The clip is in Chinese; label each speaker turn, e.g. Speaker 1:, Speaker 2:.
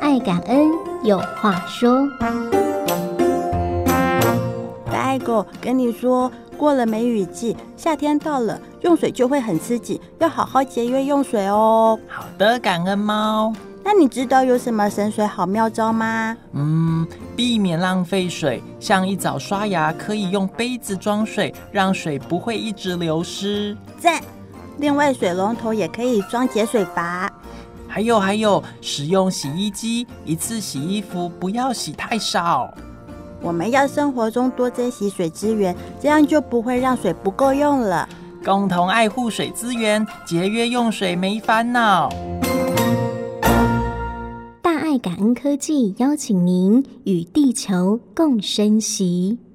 Speaker 1: 爱感恩，有话说。
Speaker 2: 白狗跟你说，过了梅雨季，夏天到了，用水就会很刺激，要好好节约用水哦。
Speaker 3: 好的，感恩猫。
Speaker 2: 那你知道有什么省水好妙招吗？
Speaker 3: 嗯，避免浪费水，像一早刷牙可以用杯子装水，让水不会一直流失。
Speaker 2: 赞！另外，水龙头也可以装节水阀。
Speaker 3: 还有还有，使用洗衣机，一次洗衣服不要洗太少。
Speaker 2: 我们要生活中多珍惜水资源，这样就不会让水不够用了。
Speaker 3: 共同爱护水资源，节约用水没烦恼。
Speaker 1: 大爱感恩科技邀请您与地球共生息。